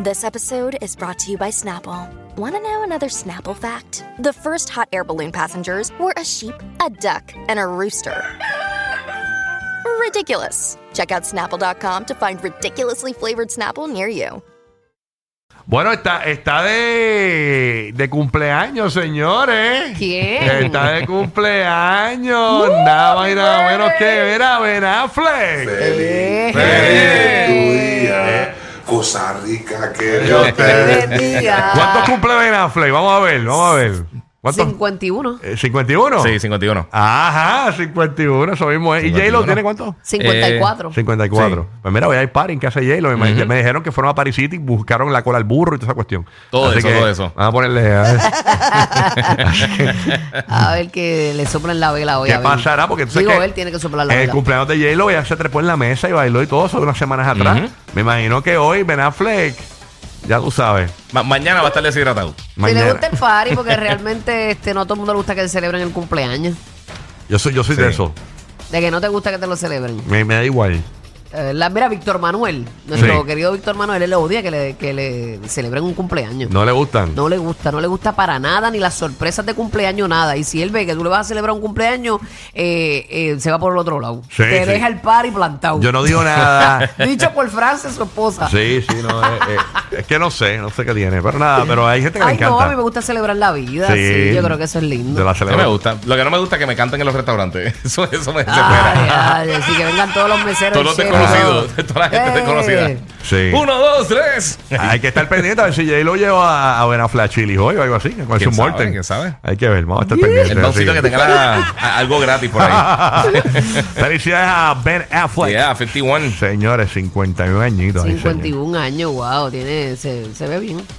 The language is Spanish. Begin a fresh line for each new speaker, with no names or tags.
This episode is brought to you by Snapple. Want to know another Snapple fact? The first hot air balloon passengers were a sheep, a duck, and a rooster. Ridiculous. Check out snapple.com to find ridiculously flavored Snapple near you.
Bueno, está, está de, de cumpleaños, señores.
¿Quién?
Está de cumpleaños. nada más y nada menos que mira, Ben Affleck.
Feliz,
Feliz
tu día, cosa rica que Dios te
Feliz
dé.
día.
¿Cuántos cumple Ben Affleck? Vamos a ver, vamos a ver. ¿Cuántos?
51.
Eh, ¿51?
Sí, 51.
Ajá, 51, eso mismo es. ¿Y J-Lo
51.
tiene cuánto?
54.
54. Pues mira, voy a ir party en casa de J-Lo. Me, me dijeron que fueron a Paris City y buscaron la cola al burro y toda esa cuestión.
Todo eso,
que
todo eso.
Vamos a ponerle. a ver.
A ver que le soplan la vela hoy.
¿Qué
a ver.
pasará? Porque tú sabes
Digo,
que
él tiene que soplar la
en el
vela.
cumpleaños de J-Lo ella se trepó en la mesa y bailó y todo eso unas semanas atrás.
Ujú.
Me imagino que hoy Ben Affleck, ya tú sabes,
Ma- mañana va a estar deshidratado.
Si le
mañana.
gusta el party, porque realmente este, no a todo el mundo le gusta que le celebren el cumpleaños.
Yo soy, yo soy de
Sí.
eso.
De que no te gusta que te lo celebren.
Me, me da igual.
Eh, la, mira, Víctor Manuel, nuestro
Sí.
querido Víctor Manuel, él odia que le, que le celebren un cumpleaños.
No le gustan.
No le gusta, no le gusta para nada, ni las sorpresas de cumpleaños, nada. Y si él ve que tú le vas a celebrar un cumpleaños, eh, eh, se va por el otro lado.
Sí,
Te
sí.
deja el party plantado.
Yo no digo nada.
Dicho por Frances, su esposa.
sí, sí, no. eh, eh, es que no sé, no sé qué tiene. Pero nada, pero hay gente que le
Ay, no,
encanta.
a mí me gusta celebrar la vida. Sí,
Sí.
yo creo que eso es lindo.
De la
Eso me
celebración.
gusta. Lo que no me gusta es que me canten en los restaurantes. Eso, eso me
Ay,
desespera.
ay, así que vengan todos los meseros.
Todos los
chefs,
desconocidos.
todos.
Toda la gente
Eh.
desconocida.
Sí.
Uno, dos, tres.
Hay que estar pendiente a ver si J-Lo lleva a, a Ben Affleck a Chili hoy o algo así. Con su
¿Quién sabe?
Morten.
¿Quién sabe?
Hay que ver, vamos a estar pendientes.
El pausito
así.
que tenga la- a- algo gratis por ahí.
Felicidades a Ben Affleck.
Yeah, 51.
Señores, 51 añitos. ay, señor.
51 años, wow, tiene, se, se ve bien.